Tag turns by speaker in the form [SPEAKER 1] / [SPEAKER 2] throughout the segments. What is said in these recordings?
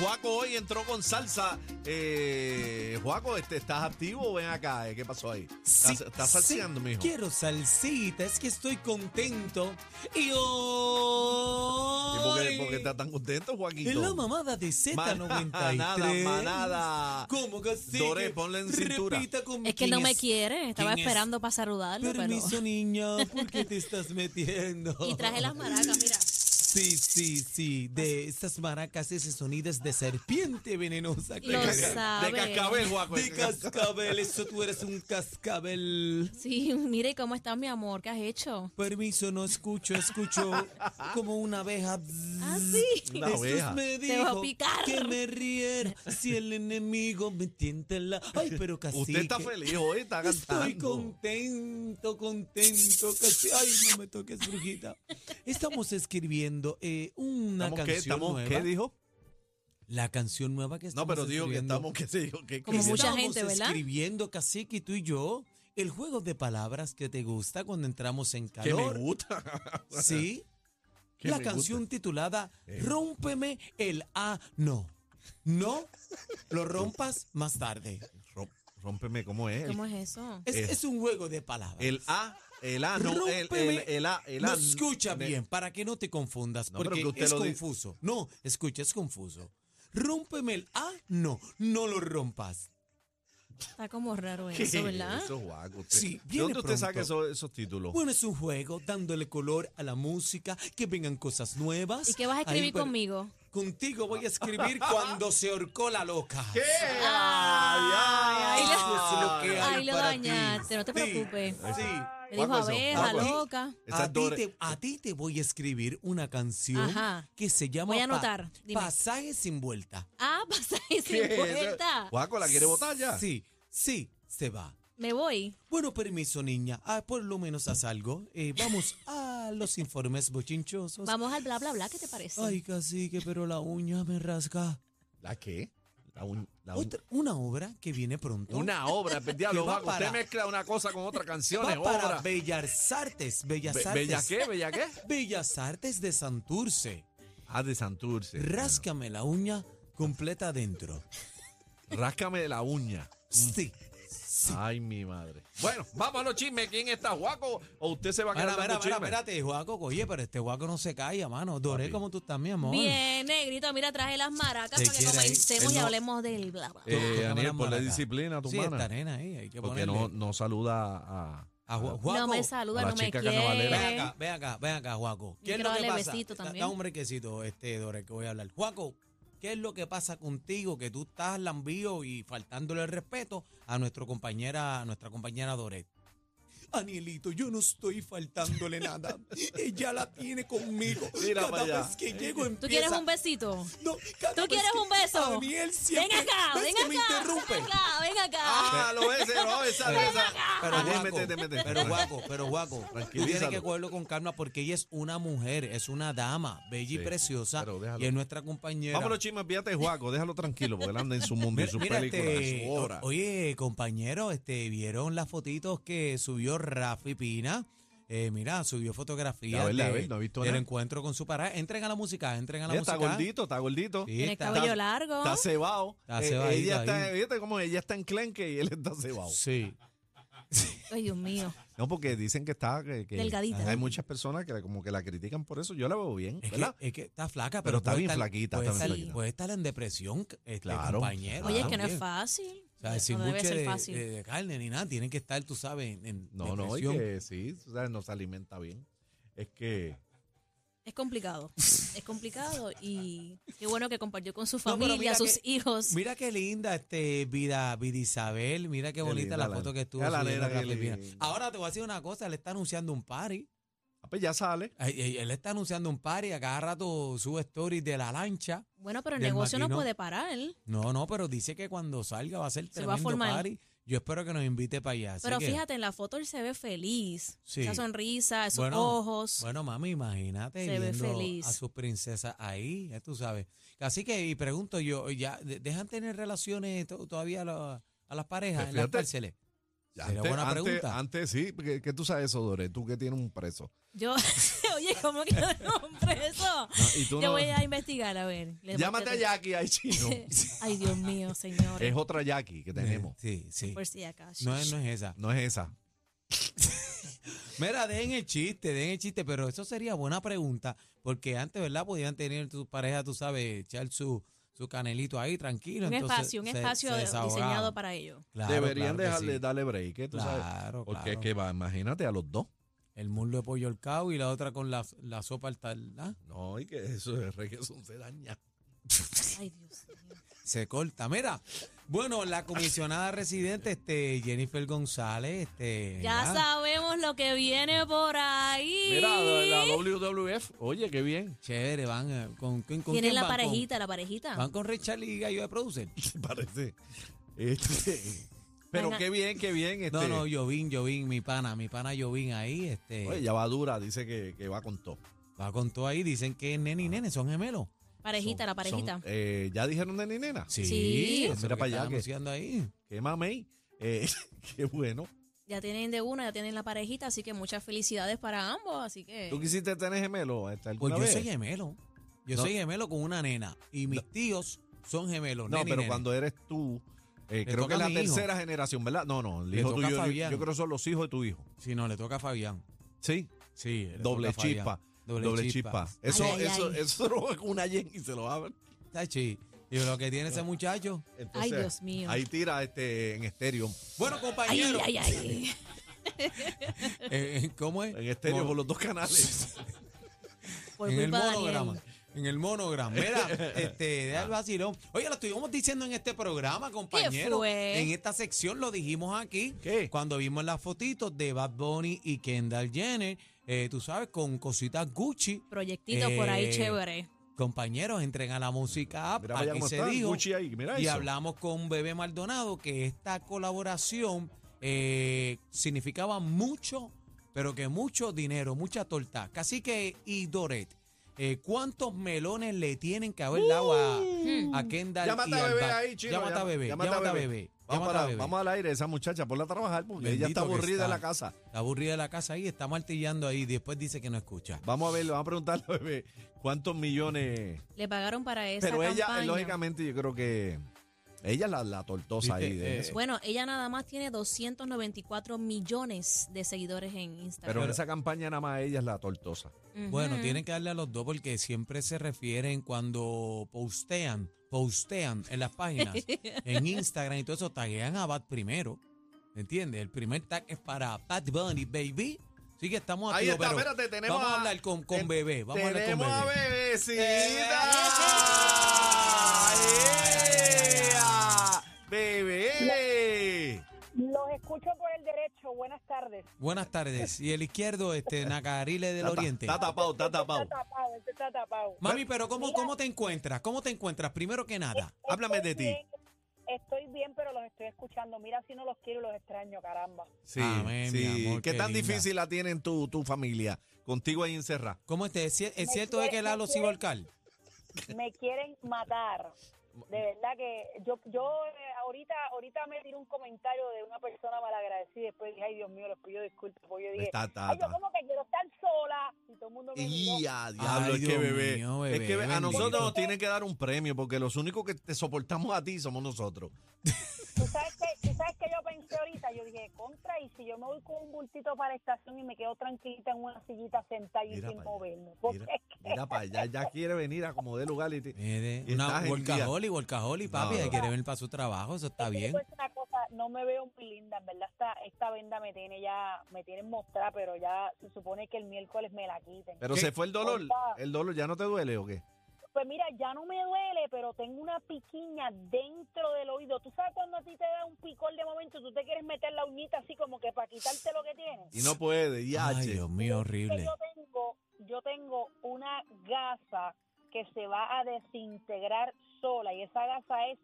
[SPEAKER 1] Juaco hoy entró con salsa. Eh, Juaco, este, ¿estás activo? Ven acá, eh, ¿qué pasó ahí? ¿Estás, estás salseando,
[SPEAKER 2] sí,
[SPEAKER 1] mijo?
[SPEAKER 2] Quiero salsita, es que estoy contento. Y hoy...
[SPEAKER 1] ¿Y por qué, por qué estás tan contento, Joaquito?
[SPEAKER 2] Es la mamada de Z93.
[SPEAKER 1] Manada, manada.
[SPEAKER 2] ¿Cómo que sí?
[SPEAKER 1] Dore, ponle en cintura.
[SPEAKER 2] Repita conmigo.
[SPEAKER 3] Es que no
[SPEAKER 2] ¿Quién
[SPEAKER 3] me
[SPEAKER 2] es?
[SPEAKER 3] quiere, estaba
[SPEAKER 2] ¿Quién es?
[SPEAKER 3] esperando para saludarlo,
[SPEAKER 2] Permiso, niña, ¿por qué te estás metiendo?
[SPEAKER 3] pero... Y traje las maracas, mira.
[SPEAKER 2] Sí, sí, sí, de estas maracas, ese sonido es de serpiente venenosa. que
[SPEAKER 3] Lo
[SPEAKER 2] carga.
[SPEAKER 1] De
[SPEAKER 3] sabe.
[SPEAKER 1] cascabel, Juaco.
[SPEAKER 2] De cascabel, eso tú eres un cascabel.
[SPEAKER 3] Sí, mire cómo estás, mi amor, ¿qué has hecho?
[SPEAKER 2] Permiso, no escucho, escucho como una abeja.
[SPEAKER 3] Ah,
[SPEAKER 2] Mm.
[SPEAKER 3] sí.
[SPEAKER 1] Una abeja.
[SPEAKER 2] Jesús me
[SPEAKER 3] Te va a
[SPEAKER 2] dijo
[SPEAKER 3] picar.
[SPEAKER 2] que me riera si el enemigo me tienta en la... Ay, pero casi
[SPEAKER 1] Usted está feliz hoy, está cantando.
[SPEAKER 2] Estoy contento, contento, casi. Ay, no me toques, brujita. Estamos escribiendo eh, una
[SPEAKER 1] ¿Estamos qué?
[SPEAKER 2] canción
[SPEAKER 1] ¿Estamos
[SPEAKER 2] nueva.
[SPEAKER 1] qué dijo?
[SPEAKER 2] La canción nueva que
[SPEAKER 1] No,
[SPEAKER 2] estamos
[SPEAKER 1] pero dijo que
[SPEAKER 2] escribiendo.
[SPEAKER 1] estamos, que se dijo, que,
[SPEAKER 3] Como
[SPEAKER 1] que-
[SPEAKER 3] mucha
[SPEAKER 2] Estamos
[SPEAKER 3] gente, ¿verdad?
[SPEAKER 2] escribiendo, cacique, tú y yo, el juego de palabras que te gusta cuando entramos en
[SPEAKER 1] que me
[SPEAKER 2] calor.
[SPEAKER 1] gusta.
[SPEAKER 2] Sí.
[SPEAKER 1] Que
[SPEAKER 2] La
[SPEAKER 1] me gusta. Eh.
[SPEAKER 2] canción titulada Rómpeme el A. No. No lo rompas más tarde.
[SPEAKER 1] Rom- Rómpeme, ¿cómo es?
[SPEAKER 3] ¿Cómo es eso?
[SPEAKER 2] Es,
[SPEAKER 1] Eh.
[SPEAKER 2] es un juego de palabras.
[SPEAKER 1] El A, el A, no, el, el,
[SPEAKER 2] Rómpeme.
[SPEAKER 1] el A, el A.
[SPEAKER 2] no escucha bien para que no te confundas,
[SPEAKER 1] No, pero
[SPEAKER 2] porque
[SPEAKER 1] que usted
[SPEAKER 2] es
[SPEAKER 1] lo di-
[SPEAKER 2] confuso. No, escucha, es confuso. Rómpeme el A. No, no lo rompas.
[SPEAKER 3] Está como raro
[SPEAKER 1] ¿Qué
[SPEAKER 3] eso,
[SPEAKER 1] es
[SPEAKER 3] ¿verdad?
[SPEAKER 1] Eso, Juaco, usted-
[SPEAKER 2] Sí,
[SPEAKER 1] ¿De
[SPEAKER 2] viene
[SPEAKER 1] dónde usted
[SPEAKER 2] pronto.
[SPEAKER 1] saca esos, esos títulos?
[SPEAKER 2] Bueno, es un juego dándole color a la música, que vengan cosas nuevas.
[SPEAKER 3] ¿Y qué vas a escribir
[SPEAKER 2] Ahí, pero-
[SPEAKER 3] conmigo?
[SPEAKER 2] Contigo voy a escribir cuando se horcó la loca.
[SPEAKER 1] ¿Qué?
[SPEAKER 3] Ay,
[SPEAKER 1] Ay,
[SPEAKER 3] ahí
[SPEAKER 1] ay,
[SPEAKER 2] lo-
[SPEAKER 1] ay.
[SPEAKER 2] Eso es lo que hay.
[SPEAKER 3] Ay, lo
[SPEAKER 2] para ti.
[SPEAKER 3] dañaste, no te
[SPEAKER 2] Sí.
[SPEAKER 3] preocupes.
[SPEAKER 2] Sí.
[SPEAKER 3] Me dijo
[SPEAKER 1] Juaco, eso,
[SPEAKER 3] abeja,
[SPEAKER 1] Juaco.
[SPEAKER 3] loca.
[SPEAKER 1] Esas
[SPEAKER 2] A ti,
[SPEAKER 1] dores-
[SPEAKER 2] te, a ti te voy a escribir una canción
[SPEAKER 3] Ajá.
[SPEAKER 2] que se llama
[SPEAKER 3] Voy a anotar, dime.
[SPEAKER 2] Pasaje sin vuelta.
[SPEAKER 3] Ah, pasaje
[SPEAKER 1] ¿Qué?
[SPEAKER 3] sin vuelta.
[SPEAKER 1] Juaco, ¿la quiere votar ya?
[SPEAKER 2] Sí, sí, se va.
[SPEAKER 3] Me voy.
[SPEAKER 2] Bueno, permiso, niña. Ah, por lo menos haz algo. Eh, vamos a los informes bochinchosos.
[SPEAKER 3] Vamos al bla, bla, bla, ¿qué te parece?
[SPEAKER 2] Ay, cacique, pero la uña me rasga.
[SPEAKER 1] ¿La qué? La un- la un-
[SPEAKER 2] Otra- una obra que viene pronto.
[SPEAKER 1] Una obra, pues, diablo,
[SPEAKER 2] Que va
[SPEAKER 1] Juaco,
[SPEAKER 2] para-
[SPEAKER 1] Usted mezcla una cosa con otra canción, es
[SPEAKER 2] Va para
[SPEAKER 1] obra.
[SPEAKER 2] Bellas Artes, Bellas
[SPEAKER 1] Be-
[SPEAKER 2] Artes.
[SPEAKER 1] ¿Bella qué? ¿Bella qué?
[SPEAKER 2] Bellas Artes de Santurce.
[SPEAKER 1] Ah, de Santurce.
[SPEAKER 2] Ráscame la uña completa adentro.
[SPEAKER 1] Ráscame la uña.
[SPEAKER 2] Sí. sí.
[SPEAKER 1] Ay, mi madre. Bueno, vamos a los chismes. ¿Quién está, Juaco? ¿O usted se va a
[SPEAKER 2] Mira,
[SPEAKER 1] quedar
[SPEAKER 2] mira,
[SPEAKER 1] dando
[SPEAKER 2] mira,
[SPEAKER 1] chismes?
[SPEAKER 2] espérate, Juaco. Oye, pero este Juaco no se calla, mano. Doré,
[SPEAKER 1] Papi.
[SPEAKER 2] ¿cómo tú estás, mi amor?
[SPEAKER 3] Bien, negrito, mira, traje las maracas
[SPEAKER 2] Te
[SPEAKER 3] para que
[SPEAKER 2] quiere ahí.
[SPEAKER 3] comencemos
[SPEAKER 2] Él
[SPEAKER 3] y
[SPEAKER 2] no-
[SPEAKER 3] hablemos del bla, bla. bla.
[SPEAKER 2] Todo,
[SPEAKER 1] Eh,
[SPEAKER 2] todo
[SPEAKER 1] Aniel,
[SPEAKER 2] mal
[SPEAKER 1] por la
[SPEAKER 2] acá.
[SPEAKER 1] disciplina, tu
[SPEAKER 2] Sí,
[SPEAKER 1] mana.
[SPEAKER 2] esta nena ahí, hay que
[SPEAKER 1] Porque
[SPEAKER 2] ponerle.
[SPEAKER 1] no, no saluda a.
[SPEAKER 2] A Ju- Juaco.
[SPEAKER 3] No me
[SPEAKER 1] a
[SPEAKER 3] saluda,
[SPEAKER 1] la
[SPEAKER 3] no me
[SPEAKER 1] chica carnavalera.
[SPEAKER 2] Ven
[SPEAKER 3] quiere.
[SPEAKER 2] acá, ven acá, ven acá, Juaco. ¿Qué es
[SPEAKER 3] quiero
[SPEAKER 2] lo que
[SPEAKER 3] darle
[SPEAKER 2] pasa?
[SPEAKER 3] besito
[SPEAKER 2] Da-
[SPEAKER 3] también.
[SPEAKER 2] Da un brequecito, este, Dore, que voy a hablar. Juaco, ¿qué es lo que pasa contigo? Que tú estás lambío y faltándole el respeto a nuestro compañera, a nuestra compañera Dore. Anielito, yo no estoy faltándole nada. Ella la tiene conmigo.
[SPEAKER 1] Mira
[SPEAKER 2] Cada
[SPEAKER 1] pa' allá.
[SPEAKER 2] vez que llego empieza...
[SPEAKER 3] ¿Tú quieres un besito?
[SPEAKER 2] No, cada
[SPEAKER 3] ¿Tú
[SPEAKER 2] vez
[SPEAKER 3] quieres
[SPEAKER 2] que-
[SPEAKER 3] un beso?
[SPEAKER 2] Aniel
[SPEAKER 3] Ven
[SPEAKER 2] siempre...
[SPEAKER 3] acá,
[SPEAKER 2] ¿Ves
[SPEAKER 3] ven
[SPEAKER 2] que
[SPEAKER 3] acá.
[SPEAKER 2] me interrumpe?
[SPEAKER 3] Ven acá, ven acá.
[SPEAKER 1] Ah, lo ves, lo ves, esa, esa.
[SPEAKER 2] Pero
[SPEAKER 1] Aniel,
[SPEAKER 2] guaco,
[SPEAKER 1] métete, métete.
[SPEAKER 2] pero guaco, pero guaco, tú tienes
[SPEAKER 1] Tranquilízalo.
[SPEAKER 2] que cogerlo con calma porque ella es una mujer, es una dama, bella
[SPEAKER 1] Sí,
[SPEAKER 2] y preciosa,
[SPEAKER 1] pero déjalo.
[SPEAKER 2] y es nuestra compañera.
[SPEAKER 1] Vámonos, chismes, fíjate, Juaco, déjalo tranquilo, porque él anda en su mundo, en
[SPEAKER 2] Mira,
[SPEAKER 1] su
[SPEAKER 2] mira,
[SPEAKER 1] película, en
[SPEAKER 2] este,
[SPEAKER 1] su obra.
[SPEAKER 2] o- Oye, compañero, este, vieron las fotitos que subió Rafi Pina. Eh, mira, subió fotografías
[SPEAKER 1] A ver, a
[SPEAKER 2] de-
[SPEAKER 1] ver, no he visto
[SPEAKER 2] del
[SPEAKER 1] nada.
[SPEAKER 2] encuentro con su pareja. Entren a la música, entren a la
[SPEAKER 1] Mira,
[SPEAKER 2] música.
[SPEAKER 1] está gordito, está gordito.
[SPEAKER 2] Sí,
[SPEAKER 3] Tiene el
[SPEAKER 2] está-
[SPEAKER 3] cabello largo.
[SPEAKER 1] Está cebado.
[SPEAKER 2] Está
[SPEAKER 1] Eh,
[SPEAKER 2] cebadito
[SPEAKER 1] ella está,
[SPEAKER 2] ahí.
[SPEAKER 1] ¿viste cómo ella está en clenque y él está cebado?
[SPEAKER 2] Sí.
[SPEAKER 3] Ay, Dios mío.
[SPEAKER 1] No, porque dicen que está. Que, que-
[SPEAKER 3] Delgadita.
[SPEAKER 1] Hay muchas personas que la- como que la critican por eso. Yo la veo bien,
[SPEAKER 2] Es que,
[SPEAKER 1] ¿verdad?
[SPEAKER 2] es que está flaca,
[SPEAKER 1] Pero
[SPEAKER 2] pero,
[SPEAKER 1] está
[SPEAKER 2] puede
[SPEAKER 1] bien
[SPEAKER 2] estar-
[SPEAKER 1] flaquita,
[SPEAKER 2] Puede
[SPEAKER 1] está bien
[SPEAKER 2] estar,
[SPEAKER 1] flaquita.
[SPEAKER 2] puede estar en depresión, este
[SPEAKER 1] Claro.
[SPEAKER 2] compañero.
[SPEAKER 3] Oye, es
[SPEAKER 1] Ah,
[SPEAKER 3] que no
[SPEAKER 2] también.
[SPEAKER 3] es fácil.
[SPEAKER 2] O sea, sin
[SPEAKER 3] no debe
[SPEAKER 2] buche
[SPEAKER 3] ser
[SPEAKER 2] de, eh,
[SPEAKER 3] fácil.
[SPEAKER 2] de- de carne ni nada, tienen que estar, tú sabes, en, en
[SPEAKER 1] No, no, es
[SPEAKER 2] depresión.
[SPEAKER 1] que sí, tú sabes, no se alimenta bien. Es que.
[SPEAKER 3] Es complicado. es complicado y qué bueno que compartió con su
[SPEAKER 2] pero
[SPEAKER 3] familia,
[SPEAKER 2] mira
[SPEAKER 3] sus
[SPEAKER 2] que-
[SPEAKER 3] hijos.
[SPEAKER 2] Mira qué linda este vida, vida Isabel, mira qué,
[SPEAKER 1] Qué
[SPEAKER 2] bonita
[SPEAKER 1] linda
[SPEAKER 2] la,
[SPEAKER 1] la-
[SPEAKER 2] foto que estuvo.
[SPEAKER 1] mira la
[SPEAKER 2] subiendo
[SPEAKER 1] nena, qué
[SPEAKER 2] Rafi Pina.
[SPEAKER 1] linda.
[SPEAKER 2] Ahora te voy a decir una cosa, él está anunciando un party.
[SPEAKER 1] ah, Pues ya sale.
[SPEAKER 2] Ay, ay, Él está anunciando un party, a cada rato sube stories de la lancha.
[SPEAKER 3] Bueno, pero el
[SPEAKER 2] del
[SPEAKER 3] negocio no
[SPEAKER 2] maquinón.
[SPEAKER 3] puede parar.
[SPEAKER 2] No, no, pero dice que cuando salga va a ser
[SPEAKER 3] Se va a
[SPEAKER 2] tremendo
[SPEAKER 3] formar.
[SPEAKER 2] party. Yo espero que nos invite para allá. así
[SPEAKER 3] Pero
[SPEAKER 2] que-
[SPEAKER 3] fíjate, en la foto él se ve feliz.
[SPEAKER 2] Sí.
[SPEAKER 3] Esa sonrisa, esos
[SPEAKER 2] Bueno,
[SPEAKER 3] ojos.
[SPEAKER 2] Bueno, mami, imagínate
[SPEAKER 3] Se ve
[SPEAKER 2] viendo
[SPEAKER 3] feliz.
[SPEAKER 2] a sus princesas ahí, ya tú sabes. Así que, y pregunto yo, ¿ya de- dejan tener relaciones to- todavía a, la- a las parejas en las
[SPEAKER 1] Fíjate.
[SPEAKER 2] cárceles? Sería buena
[SPEAKER 1] antes,
[SPEAKER 2] pregunta.
[SPEAKER 1] antes sí, porque que tú sabes eso, Dore, tú que tienes un preso.
[SPEAKER 3] Yo, oye, ¿cómo que no compré eso?
[SPEAKER 1] No, y tú
[SPEAKER 3] Yo
[SPEAKER 1] no-
[SPEAKER 3] voy a investigar, a ver. Le-
[SPEAKER 1] Llámate a
[SPEAKER 3] le-
[SPEAKER 1] Jackie, ahí chino.
[SPEAKER 3] Ay, Dios mío, señor.
[SPEAKER 1] es otra Jackie que tenemos.
[SPEAKER 2] Sí, sí.
[SPEAKER 3] Por si acaso.
[SPEAKER 2] No es, no es esa.
[SPEAKER 1] No es esa.
[SPEAKER 2] Mira, den el chiste, den el chiste, pero eso sería buena pregunta, porque antes, ¿verdad? Podían tener tus parejas, tú sabes, echar su, su canelito ahí tranquilo.
[SPEAKER 3] un
[SPEAKER 2] entonces
[SPEAKER 3] espacio, un
[SPEAKER 2] se-
[SPEAKER 3] espacio
[SPEAKER 2] se
[SPEAKER 3] diseñado
[SPEAKER 2] desahogaban.
[SPEAKER 3] para ello.
[SPEAKER 2] Claro,
[SPEAKER 1] Deberían
[SPEAKER 2] claro que
[SPEAKER 1] dejarle
[SPEAKER 2] sí.
[SPEAKER 1] darle break, ¿eh? tú sabes.
[SPEAKER 2] Claro,
[SPEAKER 1] Porque
[SPEAKER 2] claro.
[SPEAKER 1] es que va, imagínate a los dos.
[SPEAKER 2] El muslo de pollo al cabo y la otra con la, la sopa al tal. ¿ah?
[SPEAKER 1] No, y que eso es re que son se daña.
[SPEAKER 3] Ay, Dios mío.
[SPEAKER 2] Se corta. Mira, bueno, la comisionada residente, este, Jennifer González, este.
[SPEAKER 3] Ya
[SPEAKER 2] ¿verdad?
[SPEAKER 3] sabemos lo que viene por ahí.
[SPEAKER 4] Mira, la, la WWF, oye, qué bien.
[SPEAKER 2] Chévere, van eh, con, con, con
[SPEAKER 3] Tienen
[SPEAKER 2] quién
[SPEAKER 3] la
[SPEAKER 2] van? Con-
[SPEAKER 3] parejita, la parejita.
[SPEAKER 2] van con Richard Lee y Gallo de Producer.
[SPEAKER 1] Parece. Este, pero
[SPEAKER 3] Ajá.
[SPEAKER 1] qué bien, qué bien. Este,
[SPEAKER 2] No, no, Jovín, Jovín, mi pana, mi pana Jovín ahí, este.
[SPEAKER 1] Oye, ya va dura, dice que, que va con todo.
[SPEAKER 2] Va con todo ahí, dicen que es nene y nene, son gemelos.
[SPEAKER 3] Parejita, la parejita.
[SPEAKER 1] Son, eh, ya dijeron de ni nena.
[SPEAKER 2] Sí,
[SPEAKER 3] Sí.
[SPEAKER 2] eso es
[SPEAKER 1] Mira
[SPEAKER 2] lo
[SPEAKER 1] pa'
[SPEAKER 2] que
[SPEAKER 1] allá
[SPEAKER 2] están
[SPEAKER 1] que-
[SPEAKER 2] anunciando ahí.
[SPEAKER 1] Qué mamey. Eh, qué bueno.
[SPEAKER 3] Ya tienen de una, ya tienen la parejita, así que muchas felicidades para ambos. Así que.
[SPEAKER 1] ¿Tú quisiste tener gemelo? hasta
[SPEAKER 2] Pues
[SPEAKER 1] alguna
[SPEAKER 2] yo
[SPEAKER 1] vez?
[SPEAKER 2] soy gemelo. Yo
[SPEAKER 1] No.
[SPEAKER 2] soy gemelo con una nena. Y mis tíos son gemelos.
[SPEAKER 1] No,
[SPEAKER 2] nene y
[SPEAKER 1] pero
[SPEAKER 2] nene.
[SPEAKER 1] cuando eres tú, eh,
[SPEAKER 2] Le
[SPEAKER 1] creo
[SPEAKER 2] toca
[SPEAKER 1] que
[SPEAKER 2] a
[SPEAKER 1] es la
[SPEAKER 2] mi hijo.
[SPEAKER 1] tercera generación, ¿verdad? No, no, el
[SPEAKER 2] Le
[SPEAKER 1] hijo
[SPEAKER 2] toca a
[SPEAKER 1] tuyo, yo,
[SPEAKER 2] Fabián.
[SPEAKER 1] yo creo que son los hijos de tu hijo.
[SPEAKER 2] Si no, le toca a Fabián.
[SPEAKER 1] Sí,
[SPEAKER 2] Sí, le
[SPEAKER 1] doble
[SPEAKER 2] toca a Fabián.
[SPEAKER 1] chispa. Doble, chispa. Eso,
[SPEAKER 3] Ay, ay,
[SPEAKER 1] eso,
[SPEAKER 3] ay.
[SPEAKER 1] eso lo va con una yen y se lo abren.
[SPEAKER 2] Tachi, y lo que tiene ese muchacho.
[SPEAKER 3] Ay, Dios mío.
[SPEAKER 1] Ahí tira este en estéreo.
[SPEAKER 2] Bueno,
[SPEAKER 3] Ay,
[SPEAKER 2] compañero.
[SPEAKER 3] ay, ay.
[SPEAKER 2] Eh, ¿Cómo es?
[SPEAKER 1] En este estéreo
[SPEAKER 2] Mono-
[SPEAKER 1] por los dos canales.
[SPEAKER 3] Por
[SPEAKER 2] en el
[SPEAKER 3] culpa de Daniel.
[SPEAKER 2] monograma. En el monograma. Mira, este, da el vacilón. Oye, lo estuvimos diciendo en este programa, compañero.
[SPEAKER 3] fue?
[SPEAKER 2] En esta sección lo dijimos aquí.
[SPEAKER 1] ¿Qué?
[SPEAKER 2] Cuando vimos las fotitos de Bad Bunny y Kendall Jenner, eh, tú sabes, con cositas Gucci.
[SPEAKER 3] Proyectito por ahí
[SPEAKER 2] Eh,
[SPEAKER 3] chévere.
[SPEAKER 2] Compañeros, entren a la música app.
[SPEAKER 1] Mira, vaya
[SPEAKER 2] aquí
[SPEAKER 1] cómo
[SPEAKER 2] se
[SPEAKER 1] está,
[SPEAKER 2] dijo.
[SPEAKER 1] Gucci ahí, mira
[SPEAKER 2] y
[SPEAKER 1] eso.
[SPEAKER 2] hablamos con Bebé Maldonado que esta colaboración eh, significaba mucho, pero que mucho dinero, mucha torta. Casi que, y Doret, eh, ¿cuántos melones le tienen que haber dado a,
[SPEAKER 3] Mm.
[SPEAKER 2] a Kendall?
[SPEAKER 1] Llámate
[SPEAKER 2] y
[SPEAKER 1] a
[SPEAKER 2] al
[SPEAKER 1] bebé
[SPEAKER 2] Bad-
[SPEAKER 1] ahí, chino.
[SPEAKER 2] Llámate a
[SPEAKER 1] llama-
[SPEAKER 2] bebé.
[SPEAKER 1] llámate a
[SPEAKER 2] Llámate a
[SPEAKER 1] Bebé.
[SPEAKER 2] bebé.
[SPEAKER 1] Vamos,
[SPEAKER 2] llámate a
[SPEAKER 1] para-
[SPEAKER 2] Bebé.
[SPEAKER 1] vamos al aire, esa muchacha, ponla a trabajar porque ella
[SPEAKER 2] Bendito
[SPEAKER 1] está
[SPEAKER 2] que
[SPEAKER 1] aburrida en
[SPEAKER 2] está.
[SPEAKER 1] la casa.
[SPEAKER 2] Está aburrida de la casa ahí, está martillando ahí, después dice que no escucha.
[SPEAKER 1] Vamos a ver, le vamos a preguntarle a bebé cuántos millones.
[SPEAKER 3] Le pagaron para esa
[SPEAKER 1] Pero ella,
[SPEAKER 3] campaña.
[SPEAKER 1] lógicamente, yo creo que ella es la, la tortosa
[SPEAKER 2] Viste,
[SPEAKER 1] ahí de
[SPEAKER 2] eh,
[SPEAKER 1] eso.
[SPEAKER 3] Bueno, ella nada más tiene 294 millones de seguidores en
[SPEAKER 1] Pero en
[SPEAKER 3] Instagram.
[SPEAKER 1] esa campaña nada más ella es la tortosa.
[SPEAKER 3] Ujú.
[SPEAKER 2] Bueno, tienen que darle a los dos porque siempre se refieren cuando postean, postean en las páginas, en Instagram y todo eso, taguean a Bad primero. ¿Me entiendes? El primer tag es para Bad Bunny, baby. Sí que estamos
[SPEAKER 1] Ahí
[SPEAKER 2] activos,
[SPEAKER 1] está,
[SPEAKER 2] pero
[SPEAKER 1] espérate, tenemos
[SPEAKER 2] vamos a
[SPEAKER 1] a-
[SPEAKER 2] hablar con, con
[SPEAKER 1] ten-
[SPEAKER 2] bebé. Vamos a hablar con
[SPEAKER 1] Tenemos
[SPEAKER 2] bebé.
[SPEAKER 1] a
[SPEAKER 2] Eh,
[SPEAKER 1] bebecita. ¡Ea! ¡Bebé!
[SPEAKER 5] Los escucho por el derecho. Buenas tardes.
[SPEAKER 2] Buenas tardes. Y el izquierdo, este, Nacarile del
[SPEAKER 1] Está-
[SPEAKER 2] Oriente.
[SPEAKER 1] Está tapado, está tapado.
[SPEAKER 5] Está tapado, este está tapado.
[SPEAKER 2] Mami, pero ¿cómo, ¿cómo te encuentras? ¿Cómo te encuentras? Primero que nada.
[SPEAKER 1] Háblame de
[SPEAKER 5] Estoy
[SPEAKER 1] ti.
[SPEAKER 5] bien, Estoy bien, pero los estoy escuchando. Mira si no los quiero y los extraño, caramba.
[SPEAKER 1] Sí,
[SPEAKER 2] Amén, mi
[SPEAKER 1] sí.
[SPEAKER 2] amor,
[SPEAKER 1] ¿Qué,
[SPEAKER 2] qué
[SPEAKER 1] tan
[SPEAKER 2] linda.
[SPEAKER 1] difícil la tienen tu, tu familia contigo ahí encerrada?
[SPEAKER 2] ¿Cómo este? ¿Es, cier- es
[SPEAKER 5] Me
[SPEAKER 2] cierto de que
[SPEAKER 5] quiere-
[SPEAKER 2] Lalo
[SPEAKER 5] me
[SPEAKER 2] sí
[SPEAKER 5] quiere-
[SPEAKER 2] volcar?
[SPEAKER 5] Me quieren matar. De verdad que yo, yo eh, ahorita, ahorita me tiré un comentario de una persona malagradecida y después dije, ay Dios mío, les pido disculpas. Porque yo dije,
[SPEAKER 1] Está, está,
[SPEAKER 5] ay, yo
[SPEAKER 1] está.
[SPEAKER 5] como que quiero estar sola. Y todo el mundo me miró.
[SPEAKER 1] Y a diablo,
[SPEAKER 2] Ay,
[SPEAKER 1] es que
[SPEAKER 2] Dios
[SPEAKER 1] bebé,
[SPEAKER 2] mío,
[SPEAKER 1] Es que
[SPEAKER 2] bebé,
[SPEAKER 1] a nosotros
[SPEAKER 2] bendito.
[SPEAKER 1] nos tienen que dar un premio porque los únicos que te soportamos a ti somos nosotros.
[SPEAKER 5] ¿Tú sabes, que, tú sabes que yo pensé ahorita, yo dije, contra, y si yo me voy con un bultito para la estación y me quedo tranquilita en una sillita sentada y
[SPEAKER 1] Mira
[SPEAKER 5] sin
[SPEAKER 1] para allá,
[SPEAKER 5] moverme. Porque
[SPEAKER 1] Mira, mira para allá, ya quiere venir a como de lugar y te-
[SPEAKER 2] Mire,
[SPEAKER 1] Y
[SPEAKER 2] una
[SPEAKER 1] estás en
[SPEAKER 2] workaholic, workaholic, papi,
[SPEAKER 1] No,
[SPEAKER 2] que
[SPEAKER 1] no.
[SPEAKER 2] quiere venir para su trabajo, eso está
[SPEAKER 5] te
[SPEAKER 2] bien.
[SPEAKER 5] digo, es una cosa, no me veo muy linda, en verdad esta, esta venda me tiene ya, me tienen mostrada, pero ya se supone que el miércoles me la quiten.
[SPEAKER 1] Pero
[SPEAKER 2] ¿Qué?
[SPEAKER 1] se fue el dolor.
[SPEAKER 5] Ahorita.
[SPEAKER 1] ¿El dolor ya no te duele o qué?
[SPEAKER 5] Pues mira, ya no me duele, pero tengo una piquiña dentro del oído. ¿Tú sabes cuando a ti te da un picor de momento, tú te quieres meter la uñita así como que para quitarte lo que tienes?
[SPEAKER 1] Y no puede, y
[SPEAKER 2] Ay,
[SPEAKER 1] ache.
[SPEAKER 2] Dios mío,
[SPEAKER 5] que
[SPEAKER 2] horrible.
[SPEAKER 5] yo tengo, yo tengo una gasa que se va a desintegrar sola y esa gasa es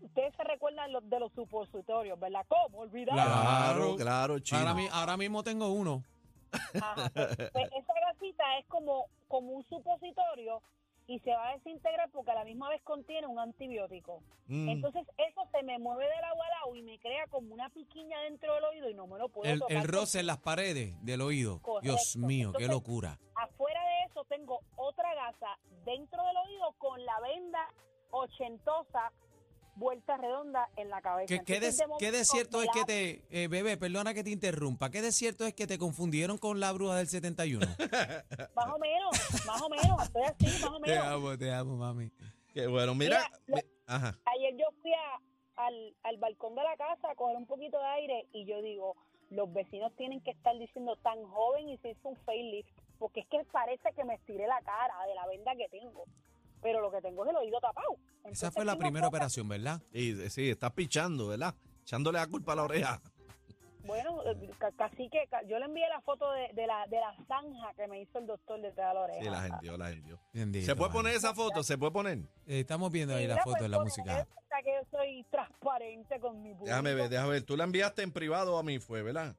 [SPEAKER 5] ustedes se recuerdan los de los supositorios, ¿verdad? ¿Cómo? Olvidar.
[SPEAKER 1] Claro, claro, chino.
[SPEAKER 2] Ahora, mi- ahora mismo tengo uno.
[SPEAKER 5] Ajá, pues, pues esa gasita es como, como un supositorio y se va a desintegrar porque a la misma vez contiene un antibiótico.
[SPEAKER 1] Mm.
[SPEAKER 5] Entonces eso se me mueve del agua al agua y me crea como una piquiña dentro del oído y no me lo puedo
[SPEAKER 2] El,
[SPEAKER 5] tocar.
[SPEAKER 2] el roce en las paredes del oído.
[SPEAKER 5] Correcto.
[SPEAKER 2] Dios mío, qué
[SPEAKER 5] Entonces,
[SPEAKER 2] locura.
[SPEAKER 5] Afuera de eso tengo otra gasa dentro del oído con la venda ochentosa vuelta redonda en la cabeza.
[SPEAKER 2] ¿Qué, qué, des-
[SPEAKER 5] Entonces, de
[SPEAKER 2] qué
[SPEAKER 5] momento,
[SPEAKER 2] desierto
[SPEAKER 5] me
[SPEAKER 2] es
[SPEAKER 5] la-
[SPEAKER 2] que te... eh, bebé, perdona que te interrumpa. ¿Qué desierto es que te confundieron con la bruja del 71?
[SPEAKER 5] Más o menos, más o menos, estoy así, más o
[SPEAKER 2] te
[SPEAKER 5] menos.
[SPEAKER 2] amo, te amo, mami.
[SPEAKER 1] Qué bueno, mira.
[SPEAKER 5] Mira,
[SPEAKER 1] mi- ajá.
[SPEAKER 5] Ayer yo fui a- al, al balcón de la casa a coger un poquito de aire y yo digo, los vecinos tienen que estar diciendo tan joven y se hizo un facelift, porque es que parece que me estiré la cara de la venda que tengo, pero lo que tengo es el oído tapado.
[SPEAKER 2] Esa
[SPEAKER 5] Entonces,
[SPEAKER 2] fue la
[SPEAKER 5] tengo
[SPEAKER 2] primera
[SPEAKER 5] cosas-
[SPEAKER 2] operación, ¿verdad?
[SPEAKER 1] Y, eh, sí, estás pichando, ¿verdad? Echándole la culpa a la oreja.
[SPEAKER 5] Bueno, eh, ca- casi que ca- yo le envié la foto de, de la, de la zanja que me hizo el doctor detrás de la oreja.
[SPEAKER 1] Sí, la gente, la gente.
[SPEAKER 2] Bendito,
[SPEAKER 1] ¿Se puede
[SPEAKER 2] mami.
[SPEAKER 1] poner esa foto? ¿Se puede poner?
[SPEAKER 2] Eh, estamos viendo ahí
[SPEAKER 5] Y
[SPEAKER 2] la
[SPEAKER 5] mira,
[SPEAKER 2] foto de
[SPEAKER 5] pues,
[SPEAKER 2] la
[SPEAKER 5] con
[SPEAKER 2] música.
[SPEAKER 5] eso está que yo soy transparente con mi público.
[SPEAKER 1] Déjame ver, déjame ver. Tú la enviaste en privado a mí, fue, ¿verdad?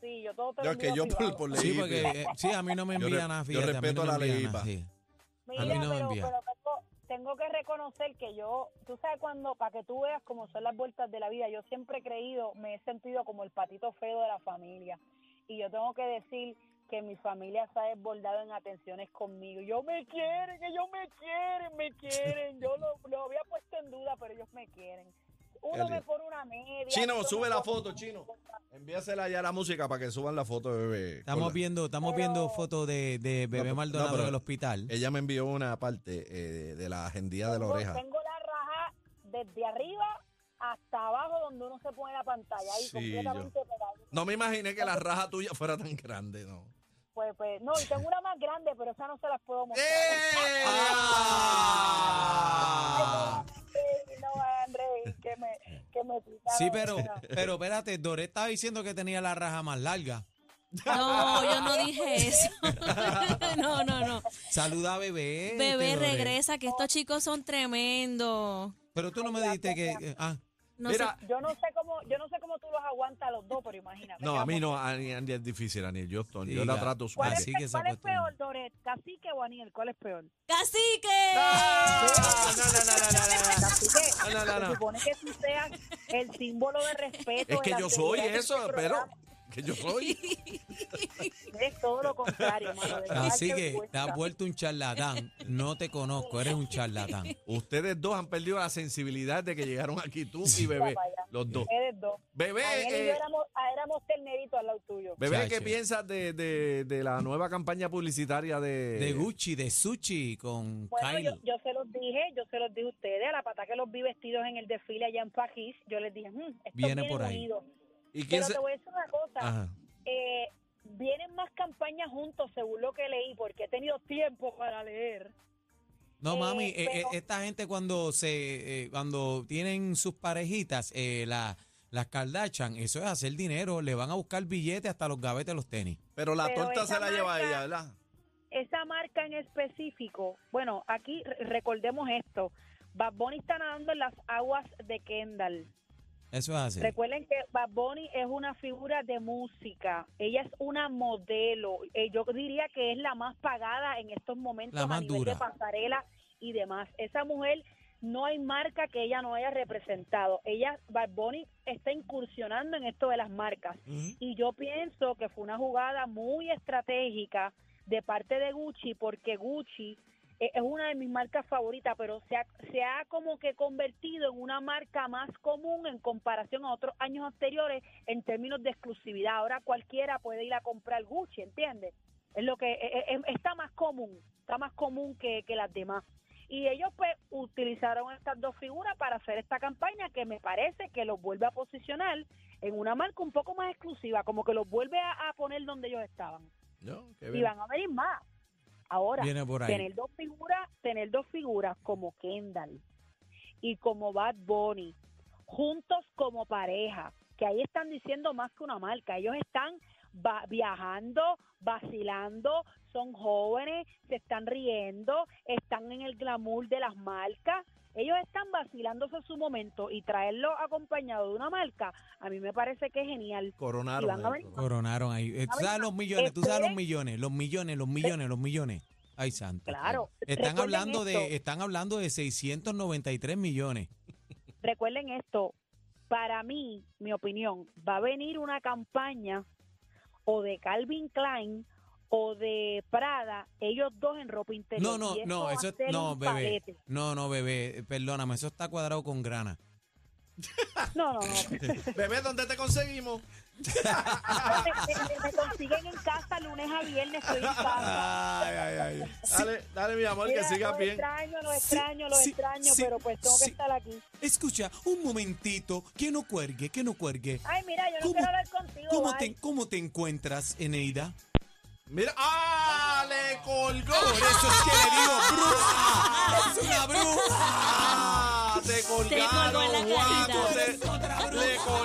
[SPEAKER 5] Sí, yo todo te lo
[SPEAKER 1] Yo es que
[SPEAKER 5] envío
[SPEAKER 1] yo por,
[SPEAKER 5] privado.
[SPEAKER 1] por leer.
[SPEAKER 2] Sí, porque eh, sí, a mí no me
[SPEAKER 1] Yo re-
[SPEAKER 2] envía nada,
[SPEAKER 1] yo
[SPEAKER 2] fíjate. a mí
[SPEAKER 1] respeto
[SPEAKER 2] no me
[SPEAKER 1] la ley
[SPEAKER 2] envía nada,
[SPEAKER 1] IPA.
[SPEAKER 2] sí.
[SPEAKER 5] Mira,
[SPEAKER 2] mí no me
[SPEAKER 5] pero,
[SPEAKER 2] envía.
[SPEAKER 5] pero tengo, tengo que reconocer que yo, tú sabes cuando, para que tú veas cómo son las vueltas de la vida, yo siempre he creído, me he sentido como el patito feo de la familia. Y yo tengo que decir que mi familia se ha desbordado en atenciones conmigo. Yo me quieren, ellos me quieren, me quieren. Yo lo, lo había puesto en duda, pero ellos me quieren. Uno
[SPEAKER 1] Eli.
[SPEAKER 5] me pone una media.
[SPEAKER 1] Chino,
[SPEAKER 5] otro
[SPEAKER 1] sube
[SPEAKER 5] me
[SPEAKER 1] la
[SPEAKER 5] pone-
[SPEAKER 1] foto, chino. Envíasela ya a la música para que suban la foto, bebé.
[SPEAKER 2] Estamos
[SPEAKER 1] Hola.
[SPEAKER 2] viendo, estamos
[SPEAKER 5] Pero-
[SPEAKER 2] viendo fotos de, de bebé
[SPEAKER 1] pero-
[SPEAKER 2] Maldonado
[SPEAKER 1] no, pero- eh,
[SPEAKER 2] en el hospital.
[SPEAKER 1] Ella me envió una parte eh, de la agendía de la
[SPEAKER 5] Tengo-
[SPEAKER 1] oreja.
[SPEAKER 5] Tengo la raja desde arriba hasta abajo donde uno se pone la pantalla ahí
[SPEAKER 1] Sí,
[SPEAKER 5] completamente pegado.
[SPEAKER 1] No me imaginé que la raja tuya fuera tan grande, ¿no?
[SPEAKER 5] Pues, pues, no, y tengo una más grande, pero esa no se las puedo mostrar.
[SPEAKER 1] ¡Eh! ¡Ah!
[SPEAKER 5] Ay, no, André, que me, que me picaron.
[SPEAKER 2] Sí, pero,
[SPEAKER 5] Mira,
[SPEAKER 2] pero espérate, Doré estaba diciendo que tenía la raja más larga.
[SPEAKER 3] No, yo no dije eso. no, no, no.
[SPEAKER 2] Saluda a bebé. este,
[SPEAKER 3] Bebé,
[SPEAKER 2] Doré.
[SPEAKER 3] regresa, que estos chicos son tremendos.
[SPEAKER 2] Pero tú no me dijiste que. que- Ah,
[SPEAKER 3] No
[SPEAKER 1] Mira,
[SPEAKER 5] Yo no sé cómo, yo no sé cómo tú los aguantas a los dos, pero imagínate.
[SPEAKER 1] No, a mí no, a Ani- Ani es difícil, Aniel. Yo, estoy- yo
[SPEAKER 2] Sí,
[SPEAKER 1] la
[SPEAKER 2] ya.
[SPEAKER 1] trato
[SPEAKER 5] ¿Cuál
[SPEAKER 1] así.
[SPEAKER 5] es,
[SPEAKER 2] Así que esa
[SPEAKER 5] ¿cuál es
[SPEAKER 2] cuestión.
[SPEAKER 5] peor, Doret? ¿Cacique o Aniel? ¿Cuál es peor?
[SPEAKER 3] ¡Cacique!
[SPEAKER 5] Cacique,
[SPEAKER 1] No, no, no.
[SPEAKER 5] se supone que tú seas el símbolo de respeto.
[SPEAKER 1] Es
[SPEAKER 5] de
[SPEAKER 1] que
[SPEAKER 5] la
[SPEAKER 1] yo soy
[SPEAKER 5] seriedad de
[SPEAKER 1] eso,
[SPEAKER 5] este
[SPEAKER 1] pero.
[SPEAKER 5] programa.
[SPEAKER 1] Que yo soy.
[SPEAKER 5] Eres todo lo contrario, mano. de verdad,
[SPEAKER 2] así
[SPEAKER 5] qué
[SPEAKER 2] ah, que te
[SPEAKER 5] vergüenza.
[SPEAKER 2] has vuelto un charlatán. No te conozco, eres un charlatán.
[SPEAKER 1] Ustedes dos han perdido la sensibilidad de que llegaron aquí tú y bebé.
[SPEAKER 5] Papá, ya.
[SPEAKER 1] Los dos.
[SPEAKER 5] Eres dos.
[SPEAKER 1] Bebé,
[SPEAKER 5] Aniel Eh, y yo
[SPEAKER 1] eh,
[SPEAKER 5] éramos, ah, éramos terneritos al lado tuyo.
[SPEAKER 1] bebé, ¿qué
[SPEAKER 2] Chacho.
[SPEAKER 1] piensas de, de- de la nueva campaña publicitaria de.
[SPEAKER 2] De Gucci, de Sushi, con
[SPEAKER 5] Bueno, yo,
[SPEAKER 2] Kylie.
[SPEAKER 5] yo se los dije, yo se los dije a ustedes, a la pata que los vi vestidos en el desfile allá en París, yo les dije, "Mm, estos
[SPEAKER 2] Viene
[SPEAKER 5] vienen
[SPEAKER 2] por ahí.
[SPEAKER 5] unidos".
[SPEAKER 1] ¿Y quién
[SPEAKER 5] Pero
[SPEAKER 1] se.?
[SPEAKER 5] te voy a decir una cosa,
[SPEAKER 1] Ajá.
[SPEAKER 5] eh, vienen más campañas juntos según lo que leí, porque he tenido tiempo para leer.
[SPEAKER 2] No,
[SPEAKER 5] Eh,
[SPEAKER 2] mami, eh, eh,
[SPEAKER 5] pero-
[SPEAKER 2] esta gente cuando se eh, cuando tienen sus parejitas, eh, la- las Kardashian, eso es hacer dinero, le van a buscar billetes hasta los gavetes de los tenis.
[SPEAKER 1] Pero la
[SPEAKER 5] Pero
[SPEAKER 1] torta
[SPEAKER 5] esa
[SPEAKER 1] se la lleva
[SPEAKER 5] marca-
[SPEAKER 1] ella, ¿verdad?
[SPEAKER 5] Esa marca en específico, bueno, aquí re- recordemos esto, Bad Bunny está nadando en las aguas de Kendall.
[SPEAKER 2] Eso es hacer.
[SPEAKER 5] Recuerden que Bad Bunny es una figura de música. Ella es una modelo. Eh, yo diría que es la más pagada en estos momentos
[SPEAKER 2] La más
[SPEAKER 5] a nivel
[SPEAKER 2] dura.
[SPEAKER 5] de pasarela y demás. Esa mujer no hay marca que ella no haya representado. Ella, Bad Bunny, está incursionando en esto de las marcas. Y yo pienso que fue una jugada muy estratégica de parte de Gucci, porque Gucci eh, es una de mis marcas favoritas, pero se ha, se ha como que convertido en una marca más común en comparación a otros años anteriores en términos de exclusividad. Ahora cualquiera puede ir a comprar Gucci, ¿entiendes? Es lo que eh, eh, está más común, está más común que, que las demás. Y ellos pues utilizaron estas dos figuras para hacer esta campaña que me parece que los vuelve a posicionar en una marca un poco más exclusiva, como que los vuelve a, a poner donde ellos estaban.
[SPEAKER 1] No, qué
[SPEAKER 5] Y
[SPEAKER 1] bien.
[SPEAKER 5] van a venir más. Ahora,
[SPEAKER 2] Viene por ahí.
[SPEAKER 5] tener dos figuras, tener dos figuras como Kendall y como Bad Bunny, juntos como pareja, que ahí están diciendo más que una marca, ellos están va- viajando, vacilando, son jóvenes, se están riendo, están en el glamour de las marcas. Ellos están vacilándose su momento y traerlo acompañado de una marca, a mí me parece que es genial.
[SPEAKER 6] Coronaron.
[SPEAKER 5] Y van a
[SPEAKER 6] ahí,
[SPEAKER 5] ver-
[SPEAKER 6] coronaron.
[SPEAKER 2] Coronaron ahí. Eh, Tú sabes los millones, tú sabes los millones, los millones, los millones, los millones. Ay, santo.
[SPEAKER 5] Claro.
[SPEAKER 2] Están
[SPEAKER 5] Recuerden
[SPEAKER 2] hablando
[SPEAKER 5] esto.
[SPEAKER 2] de están hablando de 693 millones.
[SPEAKER 5] recuerden esto, para mí, mi opinión, va a venir una campaña o de Calvin Klein o de Prada, ellos dos en ropa interior.
[SPEAKER 2] No, no,
[SPEAKER 5] y
[SPEAKER 2] no,
[SPEAKER 5] va
[SPEAKER 2] eso
[SPEAKER 5] a
[SPEAKER 2] es-
[SPEAKER 5] ser
[SPEAKER 2] no,
[SPEAKER 5] un
[SPEAKER 2] bebé.
[SPEAKER 5] palete.
[SPEAKER 2] No, no, bebé, eh, perdóname, eso está cuadrado con grana.
[SPEAKER 5] No, no, no.
[SPEAKER 6] Bebé, ¿dónde te conseguimos?
[SPEAKER 5] Me, me- me consiguen en casa lunes a viernes, estoy en
[SPEAKER 1] Ah,
[SPEAKER 5] casa.
[SPEAKER 6] Ay, ay, ay. Dale, dale, mi amor, que
[SPEAKER 5] Mira,
[SPEAKER 6] sigas
[SPEAKER 5] lo
[SPEAKER 6] bien.
[SPEAKER 5] extraño, lo
[SPEAKER 2] Sí,
[SPEAKER 5] extraño, lo
[SPEAKER 2] sí,
[SPEAKER 5] extraño,
[SPEAKER 2] sí,
[SPEAKER 5] pero pues tengo
[SPEAKER 2] sí.
[SPEAKER 5] que estar aquí.
[SPEAKER 2] Escucha, un momentito, que no cuelgue, que no cuelgue.
[SPEAKER 5] Ay, mira, yo no
[SPEAKER 2] ¿Cómo-
[SPEAKER 5] quiero hablar contigo.
[SPEAKER 2] ¿Cómo
[SPEAKER 5] bye.
[SPEAKER 2] te, ¿Cómo te encuentras, Eneida?
[SPEAKER 6] Mira, ¡ah! Le colgó.
[SPEAKER 2] Por eso es que le digo bruja. Es una bruja.
[SPEAKER 6] ¡Ah! Te
[SPEAKER 3] colgó en la
[SPEAKER 6] colgaron,
[SPEAKER 3] carita.
[SPEAKER 6] guapo.
[SPEAKER 2] Tú eres otra
[SPEAKER 6] Te,
[SPEAKER 2] bruja.
[SPEAKER 6] le